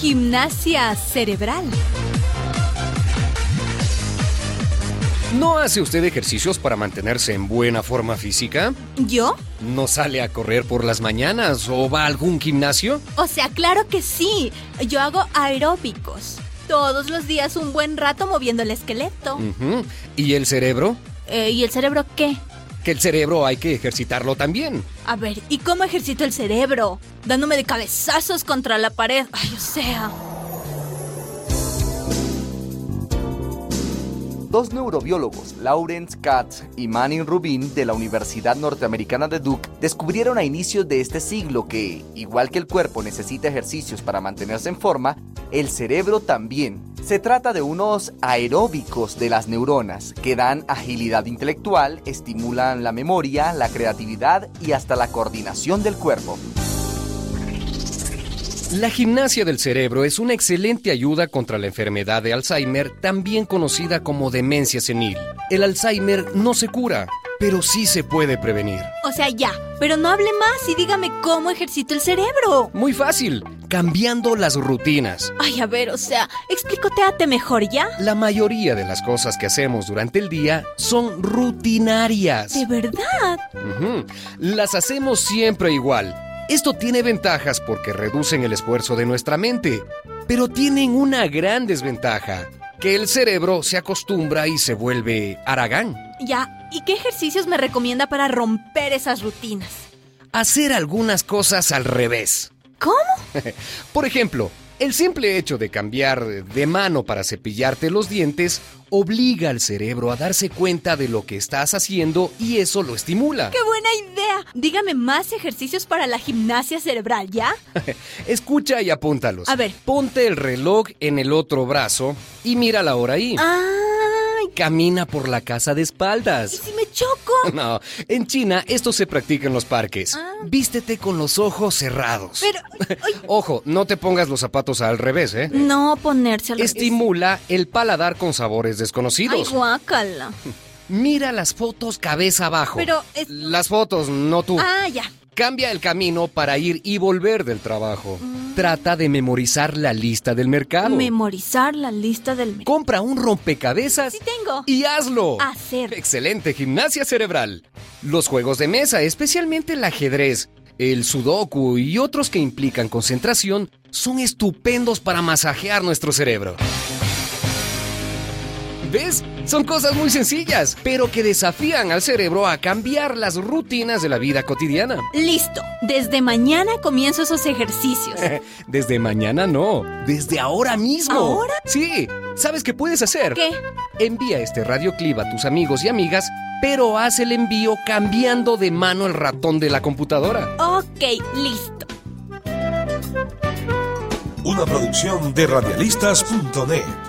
Gimnasia cerebral. ¿No hace usted ejercicios para mantenerse en buena forma física? ¿Yo? ¿No sale a correr por las mañanas o va a algún gimnasio? O sea, claro que sí. Yo hago aeróbicos. Todos los días un buen rato moviendo el esqueleto. Ujú. ¿Y el cerebro? Eh, ¿Y el cerebro qué? Que el cerebro hay que ejercitarlo también. A ver, ¿y cómo ejercito el cerebro? Dándome de cabezazos contra la pared. Ay, o sea. Dos neurobiólogos, Lawrence Katz y Manning Rubin, de la Universidad Norteamericana de Duke, descubrieron a inicios de este siglo que, igual que el cuerpo necesita ejercicios para mantenerse en forma, el cerebro también. Se trata de unos aeróbicos de las neuronas que dan agilidad intelectual, estimulan la memoria, la creatividad y hasta la coordinación del cuerpo. La gimnasia del cerebro es una excelente ayuda contra la enfermedad de Alzheimer, también conocida como demencia senil. El Alzheimer no se cura, pero sí se puede prevenir. O sea, ya. Pero no hable más y dígame cómo ejercito el cerebro. Muy fácil, cambiando las rutinas. Ay, a ver, o sea, explicoteate mejor ya. La mayoría de las cosas que hacemos durante el día son rutinarias. De verdad. Ujú. Las hacemos siempre igual. Esto tiene ventajas porque reducen el esfuerzo de nuestra mente, pero tienen una gran desventaja, que el cerebro se acostumbra y se vuelve aragán. Ya. ¿Y qué ejercicios me recomienda para romper esas rutinas? Hacer algunas cosas al revés. ¿Cómo? Por ejemplo, el simple hecho de cambiar de mano para cepillarte los dientes obliga al cerebro a darse cuenta de lo que estás haciendo y eso lo estimula. ¡Qué buena idea! Dígame más ejercicios para la gimnasia cerebral, ¿ya? Escucha y apúntalos. A ver. Ponte el reloj en el otro brazo y mira la hora ahí. ¡Ay! Camina por la casa de ¿Y espaldas. si me choco? No, en China esto se practica en los parques. Ah. Vístete con los ojos cerrados. Pero. ay, Ojo, no te pongas los zapatos al revés, ¿eh? no ponerse al Estimula el paladar con sabores Ay, desconocidos. guácala. Mira las fotos cabeza abajo. Pero es- Las fotos, no tú. Ah, ya. Cambia el camino para ir y volver del trabajo. Mm. Trata de memorizar la lista del mercado. Memorizar la lista del mercado. Compra un rompecabezas Sí tengo. y hazlo. Hacer. Excelente gimnasia cerebral. Los juegos de mesa, especialmente el ajedrez, el sudoku y otros que implican concentración, son estupendos para masajear nuestro cerebro. ¿Ves? Son cosas muy sencillas, pero que desafían al cerebro a cambiar las rutinas de la vida cotidiana. Listo. Desde mañana comienzo esos ejercicios. Desde mañana no, desde ahora mismo. ¿Ahora? Sí, ¿sabes qué puedes hacer? ¿Qué? Envía este radioclip a tus amigos y amigas, pero haz el envío cambiando de mano el ratón de la computadora. Ok, listo. Una producción de radialistas.net.